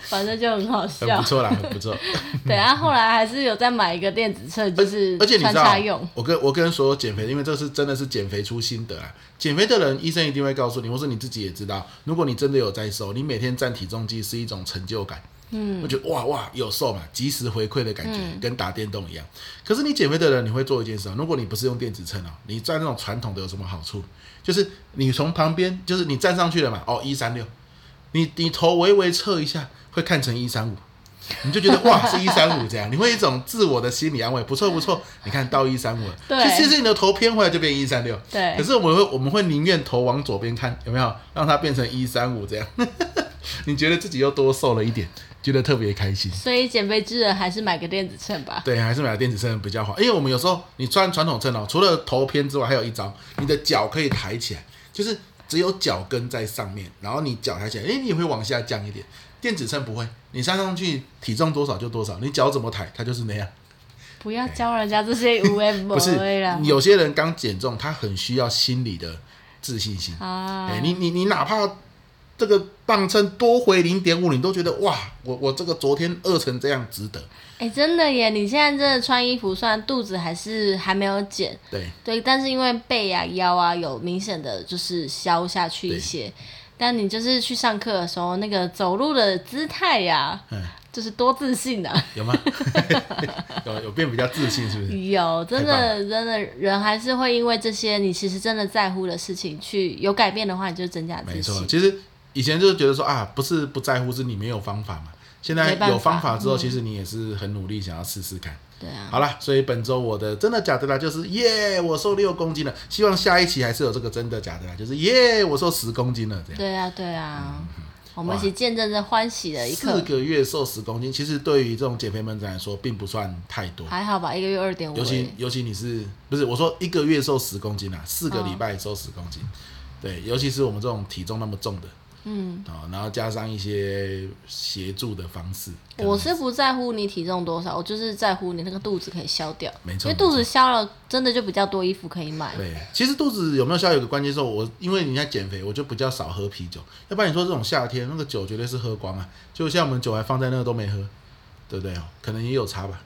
S2: 反正就很好
S1: 很
S2: 笑
S1: 不。错啦，很不错。
S2: 对，然后后来还是有再买一个电子秤，就是
S1: 嗯而且你
S2: 穿
S1: 知道
S2: 插用。，
S1: 我跟我跟所有减肥的，因为这是真的是减肥出心得啊。减肥的人，医生一定会告诉你，或是你自己也知道，如果你真的有在瘦，你每天站体重机是一种成就感。嗯，我觉得哇哇有瘦嘛，及时回馈的感觉，
S2: 嗯
S1: 跟打电动一样。可是你减肥的人，你会做一件事啊，如果你不是用电子秤哦，你站那种传统的有什么好处？就是你从旁边，就是你站上去了嘛，哦一三六，你你头微微侧一下，会看成一三五，你就觉得哇是一三五这样，你会有一种自我的心理安慰，不错不错，你看到一三五了，
S2: 对
S1: 其实其实你的头偏回来就变一三六，
S2: 对
S1: 可是我们会我们会宁愿头往左边看，有没有让它变成一三五这样？ [laughs] 你觉得自己又多瘦了一点，觉得特别开心。
S2: 所以减肥之人还是买个电子秤吧。
S1: 对，还是买电子秤比较好，因为我们有时候你穿传统秤哦，除了头偏之外，还有一招，你的脚可以抬起来，就是只有脚跟在上面，然后你脚抬起来，诶，你也会往下降一点。电子秤不会，你站上去体重多少就多少，你脚怎么抬它就是那样。
S2: 不要教人家这些
S1: [laughs]
S2: 无为不
S1: 不是
S2: 为啦，。
S1: 有些人刚减重，他很需要心理的自信心。
S2: 啊
S1: 哎、，你你你哪怕这个磅秤多回零点五，你都觉得哇，我我这个昨天饿成这样值得。
S2: 哎、真的耶！你现在真的穿衣服，虽然肚子还是还没有减，
S1: 对，
S2: 对，但是因为背啊、腰啊有明显的就是消下去一些。但你就是去上课的时候，那个走路的姿态呀、
S1: 嗯，
S2: 就是多自信啊！
S1: 有吗？ [laughs] 有有变比较自信是不是？
S2: 有，真
S1: 嗯太棒
S2: 的真的人还是会因为这些你其实真的在乎的事情去有改变的话，你就增加
S1: 没
S2: 自
S1: 错，
S2: 信。
S1: 其实以前就是觉得说啊，不是不在乎，是你没有方法嘛。现在
S2: 没办法嗯
S1: 有方法之后，其实你也是很努力想要试试看。
S2: 对啊，
S1: 好啦，所以本周我的真的假的啦，就是耶，我瘦六公斤了。希望下一期还是有这个真的假的啦，就是耶，我瘦十公斤了这样。
S2: 对啊，对啊，
S1: 嗯
S2: 我们一起见证这欢喜的一
S1: 四
S2: 刻，
S1: 个月瘦十公斤，其实对于这种减肥门诊来说，并不算太多。
S2: 还好吧？一个月二点五，
S1: 尤其尤其你是不是我说一个月瘦十公斤啊，四个礼拜瘦十公斤，对，尤其是我们这种体重那么重的，嗯，啊、然后加上一些协助的方式，可能
S2: 我是不在乎你体重多少，我就是在乎你那个肚子可以消掉，
S1: 没
S2: 因
S1: 错
S2: 为肚子消了，真的就比较多衣服可以买。
S1: 对，其实肚子有没有消有个关键是我因为你在减肥，我就比较少喝啤酒，要不然你说这种夏天那个酒绝对是喝光啊，就像我们酒还放在那都没喝，对不对哦？可能也有差吧，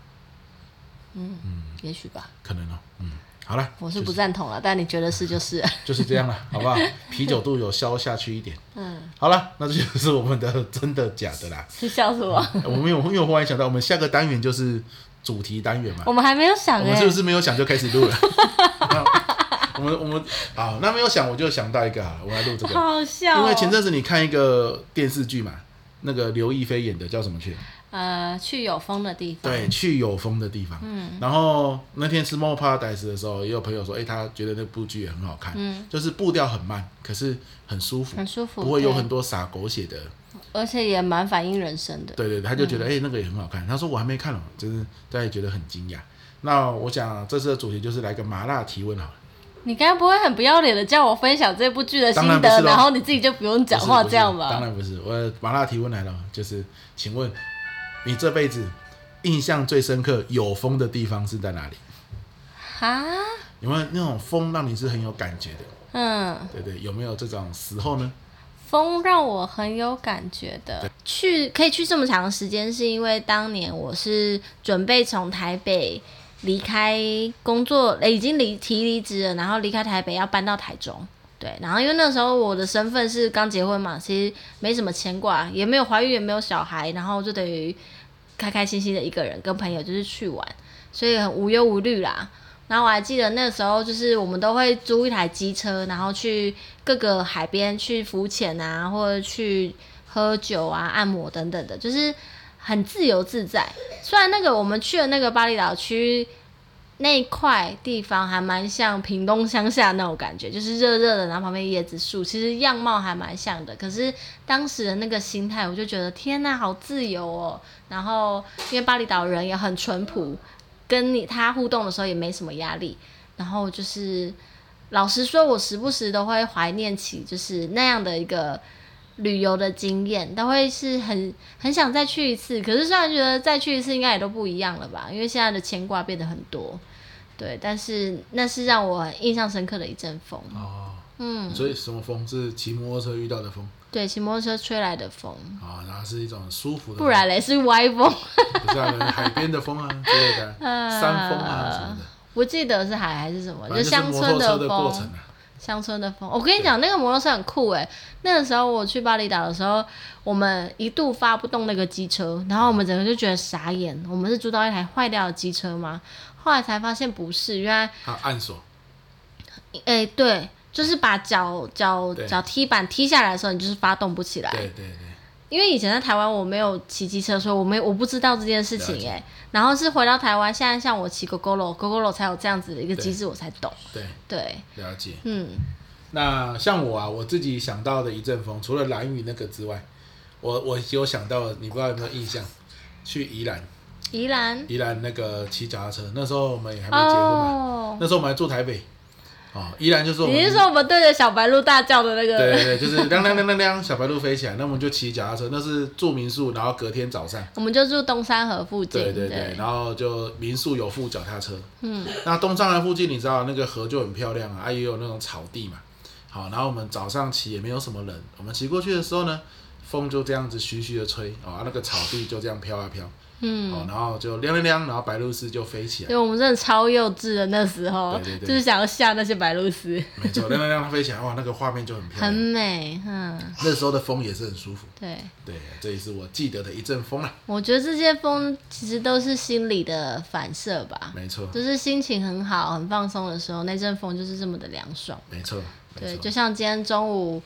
S2: 也许吧，
S1: 可能哦，嗯，好了，
S2: 我是
S1: 就
S2: 不赞同了，但你觉得是就是。 [laughs]
S1: 就是这样了，好不好？啤酒肚有消下去一点，嗯，好了，那这就是我们的真的假的啦。
S2: 是笑什么？
S1: 嗯 [laughs] 我们有，因为我忽然想到，我们下个单元就是主题单元嘛。
S2: 我们还没有想
S1: 我
S2: 哎、
S1: 们是不是没有想就开始录了？ [laughs] 我们我们好，那没有想我就想到一个好了，我来录这个。
S2: 好好笑、哦。
S1: 因为前阵子你看一个电视剧嘛，那个刘亦菲演的叫什么去？
S2: 呃，去有风的地方，
S1: 对，去有风的地方。嗯，然后那天吃《More Paradise》的时候，也有朋友说，哎、他觉得那部剧也很好看，嗯，就是步调很慢，可是很舒服，
S2: 很舒服，
S1: 不会有
S2: 对
S1: 很多洒狗血的。
S2: 而且也蛮反映人生的。
S1: 对对，对他就
S2: 嗯
S1: 觉得哎、诶那个也很好看。他说我还没看哦，就是大家也觉得很惊讶。那我想这次的主题就是来个麻辣提问好了。
S2: 你该不会很不要脸的叫我分享这部剧的心
S1: 当然不
S2: 得，
S1: 是咯
S2: 然后你自己就不用讲话
S1: 不是不是
S2: 这样
S1: 当
S2: 吧？
S1: 然不是，我的麻辣提问来了，就是请问你这辈子印象最深刻有风的地方是在哪里？
S2: 哈，
S1: 有没有那种风让你是很有感觉的？
S2: 嗯，
S1: 对对，有没有这种时候呢？
S2: 风让我很有感觉的。去可以去这么长时间，是因为当年我是准备从台北离开工作，呃已经离提离职了，然后离开台北要搬到台中。对，然后因为那时候我的身份是刚结婚嘛，其实没什么牵挂，也没有怀孕，也没有小孩，然后就等于开开心心的一个人跟朋友就是去玩，所以很无忧无虑啦。然后我还记得那时候就是我们都会租一台机车，然后去各个海边去浮潜啊，或者去喝酒啊、按摩等等的，就是很自由自在。虽然那个我们去的那个巴厘岛区那一块地方还蛮像屏东乡下那种感觉，就是热热的，然后旁边椰子树，其实样貌还蛮像的。可是当时的那个心态，我就觉得天呐，好自由哦。然后因为巴厘岛人也很淳朴，跟你他互动的时候也没什么压力。然后就是老实说，我时不时都会怀念起就是那样的一个旅游的经验，都会是很很想再去一次。可是虽然觉得再去一次应该也都不一样了吧，因为现在的牵挂变得很多。对，但是那是让我印象深刻的一阵风。
S1: 哦，
S2: 嗯，
S1: 所以什么风是骑摩托车遇到的风
S2: 对，骑摩托车吹来的风，
S1: 啊、然后是一种舒服的风，
S2: 不然嘞是歪风。
S1: 不是、啊、海边的风啊之类
S2: [laughs]
S1: 的，山风啊什么的，
S2: 我记得是海还是什么，
S1: 反正就是
S2: 乡
S1: 摩
S2: 村
S1: 托车的过程
S2: 风。
S1: 啊。
S2: 乡村的风，我跟你讲，那个摩托车很酷诶。那个时候我去巴厘岛的时候，我们一度发不动那个机车，然后我们整个就觉得傻眼，我们是租到一台坏掉的机车吗？后来才发现不是，原来
S1: 还有啊暗锁，
S2: 诶，对，就是把脚脚
S1: 对
S2: 脚踢板踢下来的时候，你就是发动不起来。
S1: 对对对，
S2: 因为以前在台湾我没有骑机车，所以我没我不知道这件事情
S1: 了解
S2: 诶。然后是回到台湾，现在像我骑 GoGoRo，GoGoRo 才有这样子的一个
S1: 对
S2: 机制，我才懂。对，
S1: 对，了解。
S2: 嗯，
S1: 那像我啊，我自己想到的一阵风，除了蓝雨那个之外，我我有想到，你不知道有没有印象？去宜兰，
S2: 宜兰
S1: 宜兰那个骑脚踏车，那时候我们也还没结婚嘛，
S2: 哦。
S1: 那时候我们还住台北，哦，宜兰就是我们
S2: 你是说我们对着小白鹿大叫的那
S1: 对
S2: 个？
S1: 对对，就是 [laughs] 亮亮亮亮亮，小白鹿飞起来，那我们就骑脚踏车，那是住民宿，然后隔天早上，
S2: 我们就住东山河附近，
S1: 对对对，然后就民宿有附脚踏车，嗯，那东藏岸附近你知道那个河就很漂亮啊，啊也有那种草地嘛，好，然后我们早上骑也没有什么人，我们骑过去的时候呢，风就这样子徐徐的吹，哦啊那个草地就这样飘啊飘，嗯，哦然后就亮亮亮，然后白鹭鸶就飞起来，
S2: [laughs] 因为我们真的超幼稚的，那时候
S1: 对对对
S2: 就是想要吓那些白鹭鸶，
S1: 没错，亮亮亮它飞起来，哇那个画面就很漂
S2: 很
S1: 亮，
S2: 美，嗯，
S1: 那时候的风也是很舒服，
S2: 对。
S1: 对，这也是我记得的一阵风啦，
S2: 我觉得这些风其实都是心理的反射吧，
S1: 没错。
S2: 就是心情很好、很放松的时候，那阵风就是这么的凉爽。
S1: 没错，没
S2: 对，
S1: 错，
S2: 就像今天中午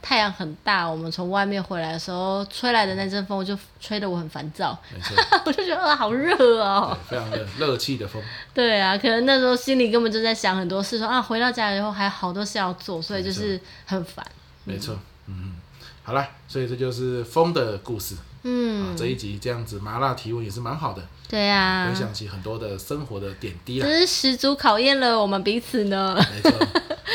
S2: 太阳很大，我们从外面回来的时候，吹来的那阵风就吹得我很烦躁， [laughs]
S1: 没错，
S2: 我就觉得啊好热哦、
S1: 对非常的热气的风，
S2: 对啊，可能那时候心里根本就在想很多事说，啊，回到家以后还有好多事要做，所以就是很烦。
S1: 没错，嗯，好啦，所以这就是风的故事。
S2: 嗯，
S1: 啊，这一集这样子麻辣提问也是蛮好的，
S2: 对啊
S1: 回，想起很多的生活的点滴
S2: 这
S1: 啦。
S2: 是十足考验了我们彼此呢。
S1: [laughs] 没错，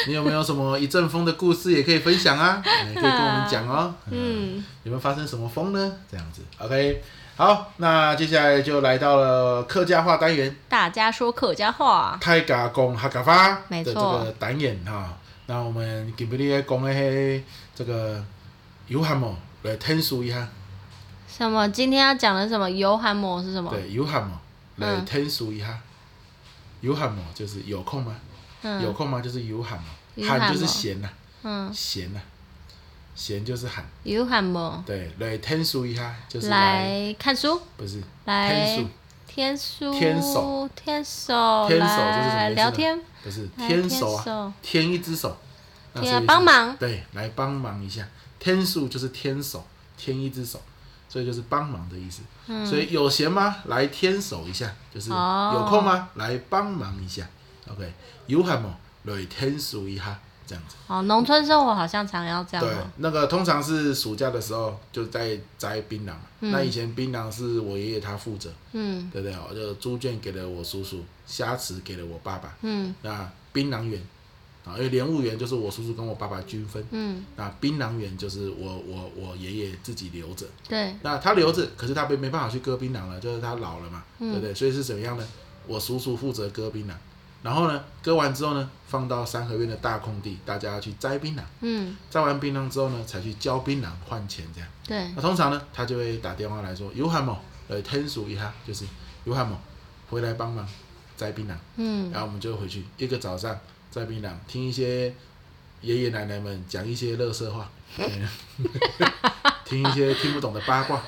S1: 你有没有什么一阵风的故事也可以分享啊？哎可以跟我们讲哦。嗯，有没有发生什么风呢？这样子，OK。好，那接下来就来到了客家话单元。
S2: 大家说客家话，
S1: 泰嘎公哈嘎发
S2: 没
S1: 的
S2: 错
S1: 这个单元哈。那我们给不列讲的嘿这个游汉姆来听书一下，
S2: 什么今天要讲的什么游韩模是什么？
S1: 对，游汉姆来
S2: 哦嗯
S1: 听书一下。游汉姆就是有空吗？有
S2: 嗯
S1: 空吗？就是游汉姆，
S2: 有喊
S1: 喊就是
S2: 吗
S1: 闲呐、
S2: 嗯，
S1: 闲呐、闲就是喊。
S2: 游韩模
S1: 对，来听书一下就是来，
S2: 来看书，
S1: 不是听
S2: 来
S1: 书，
S2: 天书，
S1: 天手，
S2: 天手，
S1: 天手就是什么意思呢
S2: 来聊天，
S1: 不是
S2: 来
S1: 天手
S2: 哎天手
S1: 啊，天一只手，那
S2: 天
S1: 所
S2: 啊
S1: 以是
S2: 帮忙
S1: 对，来帮忙一下。天数就是天手，天一只手，所以就是帮忙的意思。所以有闲吗？来天手一下，就是
S2: 嗯哦
S1: 有空吗？来帮忙一下。OK，有闲吗？来天数一下，这样子。
S2: 哦，农村生活好像常要这样
S1: 对
S2: 哦，，
S1: 那个通常是暑假的时候就在摘槟榔嘛。那以前槟榔是我爷爷他负责，
S2: 嗯
S1: 对不对？我就猪圈给了我叔叔，虾池给了我爸爸。
S2: 嗯
S1: 那槟榔园啊，因为莲雾园就是我叔叔跟我爸爸均分，
S2: 嗯，
S1: 那槟榔园就是我我我爷爷自己留着。
S2: 对，
S1: 那他留着，可是他没没办法去割槟榔了，就是他老了嘛，对不对？所以是怎么样呢？我叔叔负责割槟榔，然后呢，割完之后呢，放到三合院的大空地，大家去摘槟榔，
S2: 嗯
S1: 摘完槟榔之后呢，才去交槟榔换钱这样。
S2: 对，
S1: 那通常呢，他就会打电话来说，有汉某，呃，天数一下，就是有汉某回来帮忙摘槟榔。
S2: 嗯
S1: 然后我们就回去一个早上在槟榔听一些爷爷奶奶们讲一些乐色
S2: [laughs]
S1: 话，对听一些听不懂的八卦，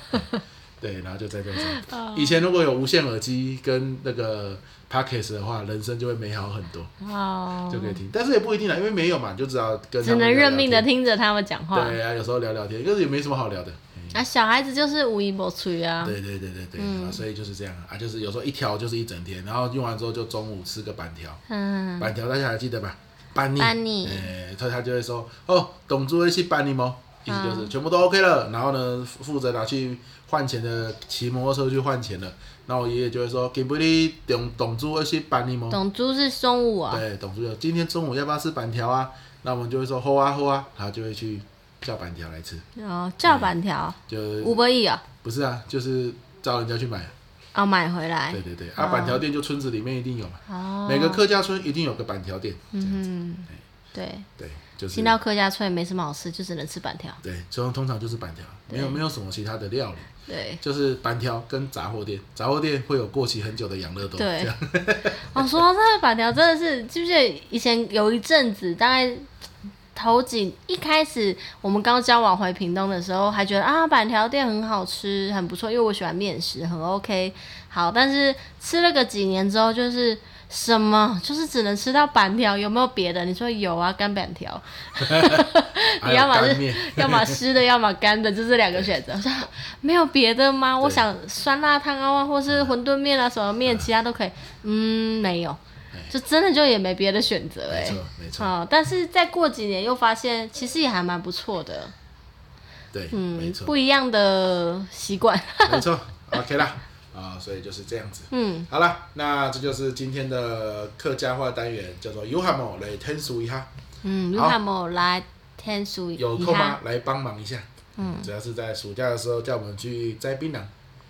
S1: 对，然后就在这
S2: 哦
S1: 上。以前如果有无线耳机跟那个 Pockets 的话，人生就会美好很多，
S2: 哦
S1: 就，可以听，但是也不一定啦，因为没有嘛，你就知道跟他
S2: 只
S1: 们
S2: 能
S1: 聊聊
S2: 认命的
S1: 天。
S2: 听着他们讲话。
S1: 对啊，有时候聊聊天，可是也没什么好聊的。嘿
S2: 啊，小孩子就是无一不吹啊。
S1: 对对对对对，啊，所以就是这样啊，就是有时候一条就是一整天，然后用完之后就中午吃个板条，
S2: 嗯，
S1: 板条大家还记得吧？班尼，
S2: 班尼
S1: 哎他他就会说，哦，董主任去班尼吗？意思
S2: 嗯
S1: 就是全部都 OK 了，然后呢，负负责拿去换钱的骑摩托车去换钱了，然后我爷爷就会说，给不你董董主任去班尼吗？
S2: 董珠是中午啊。
S1: 对，董主任今天中午要不要吃板条啊？那我们就会说好啊好啊，然后就会去叫板条来吃，
S2: 哦，叫板条，
S1: 就
S2: 五百亿啊，
S1: 不是啊，就是叫人家去买，
S2: 哦，买回来
S1: 对。对对，啊，板条店就村子里面一定有嘛，
S2: 哦，
S1: 每个客家村一定有个板条店，这样子，
S2: 嗯，对，
S1: 对，就是
S2: 听到客家菜没什么好吃，就只能吃板条。
S1: 对，通通常就是板条，没有没有什么其他的料理，
S2: 对，
S1: 就是板条跟杂货店，杂货店会有过期很久的养乐多，
S2: 对
S1: 这样
S2: [laughs] 哦，说到这个板条，真的是，记不记得以前有一阵子，大概头几一开始，我们刚交往回屏东的时候，还觉得啊板条店很好吃，很不错，因为我喜欢面食，很 OK。好，但是吃了个几年之后，就是什么，就是只能吃到板条，有没有别的？你说有啊，干板条，
S1: [laughs] 还
S2: 你 [laughs] 要
S1: 有
S2: 么
S1: 干
S2: 是
S1: 面，
S2: 要么湿的，要么干的，就这两个选择。我 [laughs] 说没有别的吗？我想酸辣汤啊，或是馄饨面啊，什么面，其他都可以。嗯，没有，就真的就也没别的选择
S1: 哎
S2: 哎、
S1: 没
S2: 欸
S1: 错。没错，
S2: 哦，但是再过几年又发现，其实也还蛮不错的，
S1: 对，没
S2: 嗯，
S1: 错
S2: 不一样的习惯， [laughs]
S1: 没错，OK 啦，啊，所以就是这样子。
S2: 嗯，
S1: 好了，那这就是今天的客家话单元，叫做 “you have more” 来天数一下，
S2: 嗯，如
S1: 好
S2: 果没来天数
S1: 有
S2: 遗
S1: 空吗
S2: 憾？？
S1: 来帮忙一下。嗯，只要是在暑假的时候叫我们去摘槟榔，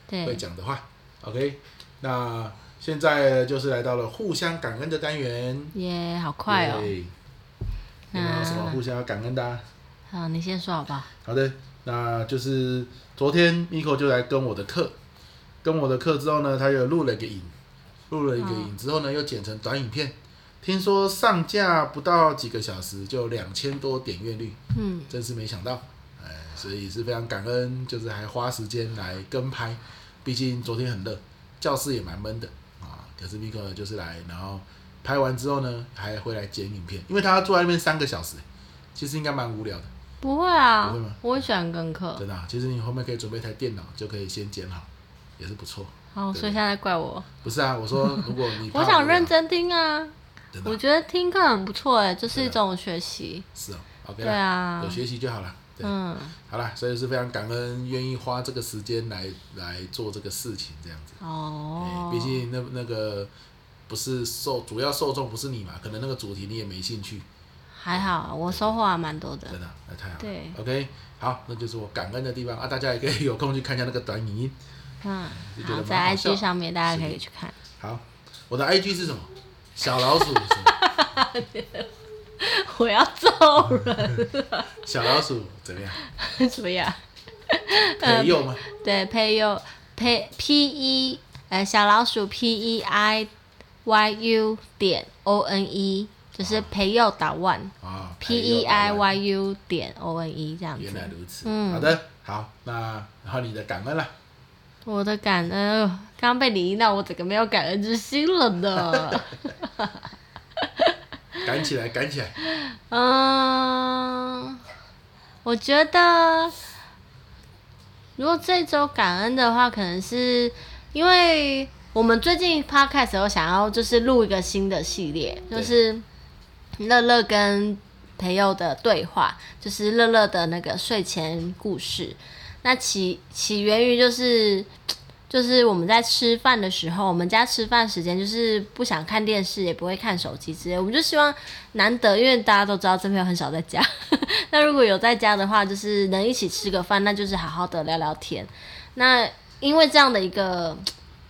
S1: 会
S2: 对，
S1: 讲的话，OK。那现在就是来到了互相感恩的单元。
S2: 耶，好快哦，
S1: 对有没有什么互相要感恩的、啊？
S2: 好，你先说好不好？
S1: 好的，那就是昨天 Miko 就来跟我的课，跟我的课之后呢，他又录了一个影，录了一个
S2: 嗯
S1: 影之后呢，又剪成短影片。听说上架不到几个小时就两千多点阅率，
S2: 嗯，
S1: 真是没想到，哎，所以是非常感恩，就是还花时间来跟拍，毕竟昨天很热，教室也蛮闷的啊。可是 Miko 呢就是来，然后拍完之后呢，还回来剪影片，因为他要坐在那边三个小时，其实应该蛮无聊的。
S2: 不会啊
S1: 不会吗，
S2: 我也喜欢跟课，
S1: 真的啊、其实你后面可以准备一台电脑，就可以先剪好，也是不错。
S2: 好，所以现在怪我。
S1: 不是啊，我说如果
S2: [laughs]
S1: 你怕
S2: 我想
S1: 无聊
S2: 认，真听啊，
S1: 真的啊
S2: 我觉得听课很不错哎，就是一种学习。
S1: 是哦，OK
S2: 对
S1: 啦，
S2: 啊
S1: 有，学习就好了。对，
S2: 嗯，
S1: 好啦，所以是非常感恩愿意花这个时间来来做这个事情，这样子。哎，
S2: 哦
S1: 毕竟那那个不是受主要受众不是你嘛，可能那个主题你也没兴趣，
S2: 还好，我收获还蛮多的。
S1: 真的啊，那太好了。
S2: 对
S1: ，OK，好，那就是我感恩的地方啊，大家也可以有空去看一下那个短影音。
S2: 嗯，
S1: 就觉得
S2: 好，
S1: 蛮
S2: 在
S1: 好笑
S2: IG 上面大家可以去看。
S1: 好，我的 IG 是什么？小老鼠是什
S2: [laughs]
S1: 么
S2: 我要揍人，
S1: 小老鼠怎么样？
S2: 怎么
S1: [laughs]
S2: 样？嗯
S1: 培佑吗？
S2: 对，配佑 P P E 呃小老鼠 P E I Y U 点 O N E，就是培佑打 one
S1: 啊
S2: P E I Y U 点 O N E 这样
S1: 原
S2: 子。
S1: 来如此。好的，好，那然后你的感恩了，
S2: 我的感恩，哎呦刚刚被你一闹，我整个没有感恩之心了呢。
S1: 赶起来，赶起来！
S2: 嗯，我觉得如果这周感恩的话，可能是因为我们最近 podcast 有想要就是录一个新的系列，
S1: 对
S2: 就是乐乐跟培佑的对话，就是乐乐的那个睡前故事。那起起源于就是。就是我们在吃饭的时候，我们家吃饭时间就是不想看电视，也不会看手机之类，我们就希望难得，因为大家都知道真朋友很少在家。 [laughs] 那如果有在家的话，就是能一起吃个饭，那就是好好的聊聊天。那因为这样的一个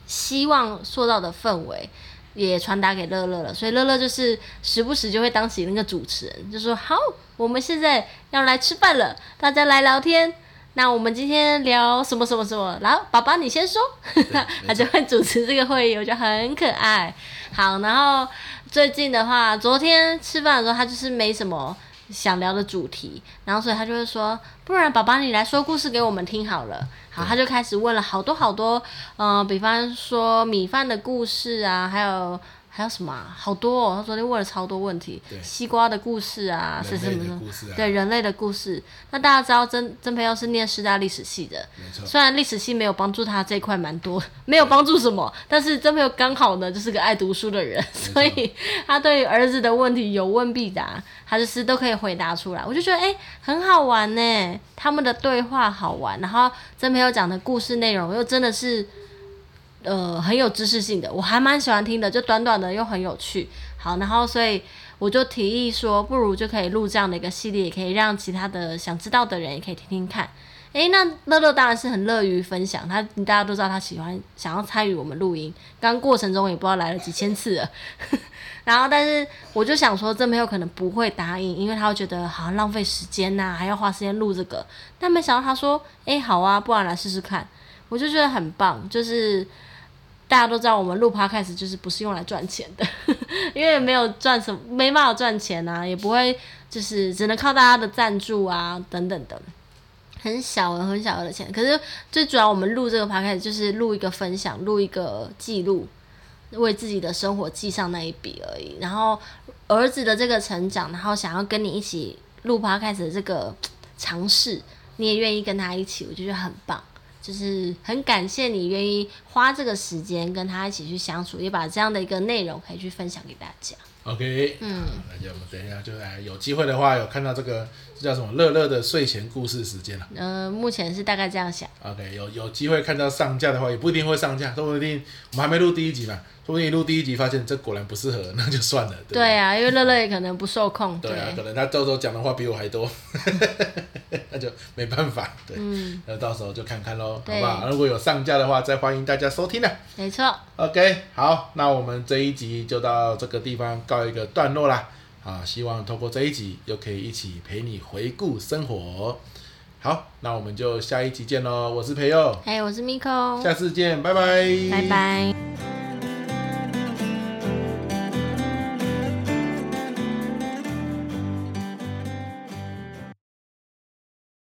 S2: 希望塑造的氛围，也传达给乐乐了，所以乐乐就是时不时就会当起那个主持人，就说好，我们现在要来吃饭了，大家来聊天。那我们今天聊什么什么什么？然后爸爸你先说， [laughs] 他就会主持这个会议，我觉得很可爱。好，然后最近的话，昨天吃饭的时候，他就是没什么想聊的主题，然后所以他就会说，不然爸爸你来说故事给我们听好了。好，他就开始问了好多好多，嗯、比方说米饭的故事啊，还有。还有什么、啊？好多哦！他昨天问了超多问题，
S1: 对
S2: 西瓜的故事啊，是
S1: 人
S2: 什
S1: 类
S2: 么什
S1: 的
S2: 么
S1: 故事啊，
S2: 对人类的故事。那大家知道曾曾培佑是念师大历史系的，
S1: 没错，
S2: 虽然历史系没有帮助他这一块蛮多，没有帮助什么，但是曾培佑刚好呢就是个爱读书的人，
S1: 错
S2: 所以他对儿子的问题有问必答，他就是都可以回答出来。我就觉得哎、诶很好玩呢，他们的对话好玩，然后曾培佑讲的故事内容又真的是。呃，很有知识性的，我还蛮喜欢听的，就短短的又很有趣。好，然后所以我就提议说，不如就可以录这样的一个系列，也可以让其他的想知道的人也可以听听看。诶，那乐乐当然是很乐于分享，他大家都知道他喜欢想要参与我们录音，刚过程中也不知道来了几千次了。 [laughs] 然后，但是我就想说，这没有可能不会答应，因为他会觉得好像浪费时间呐、还要花时间录这个。但没想到他说：“诶，好啊，不然来试试看。”我就觉得很棒，就是大家都知道我们录 podcast 就是不是用来赚钱的， [laughs] 因为没有赚什么，没办法赚钱啊，也不会就是只能靠大家的赞助啊等等的。很小额、很小额的钱，可是最主要我们录这个 podcast 就是录一个分享，录一个记录，为自己的生活记上那一笔而已。然后儿子的这个成长，然后想要跟你一起录 podcast 的这个尝试，你也愿意跟他一起，我就觉得很棒。就是很感谢你愿意花这个时间跟他一起去相处，也把这样的一个内容可以去分享给大家。
S1: OK，嗯，那就我们等一下就来，有机会的话有看到这个这叫什么乐乐的睡前故事时间了。
S2: 呃，目前是大概这样想，
S1: OK，有有机会看到上架的话，也不一定会上架，说不定我们还没录第一集嘛，说不定录第一集发现这果然不适合，那就算了，对不
S2: 对啊，因为乐乐也可能不受控，
S1: 对啊，可能他到时候讲的话比我还多， [laughs] 那就没办法，对，那、到时候就看看喽，好
S2: 对
S1: 不好？啊如果有上架的话，再欢迎大家收听啊。
S2: 没错，
S1: OK，好，那我们这一集就到这个地方告一个段落啦。啊，希望透过这一集又可以一起陪你回顾生活。好，那我们就下一集见喽，我是培佑，
S2: 哎、我是 Miko，
S1: 哦下次见，拜拜，
S2: 拜拜。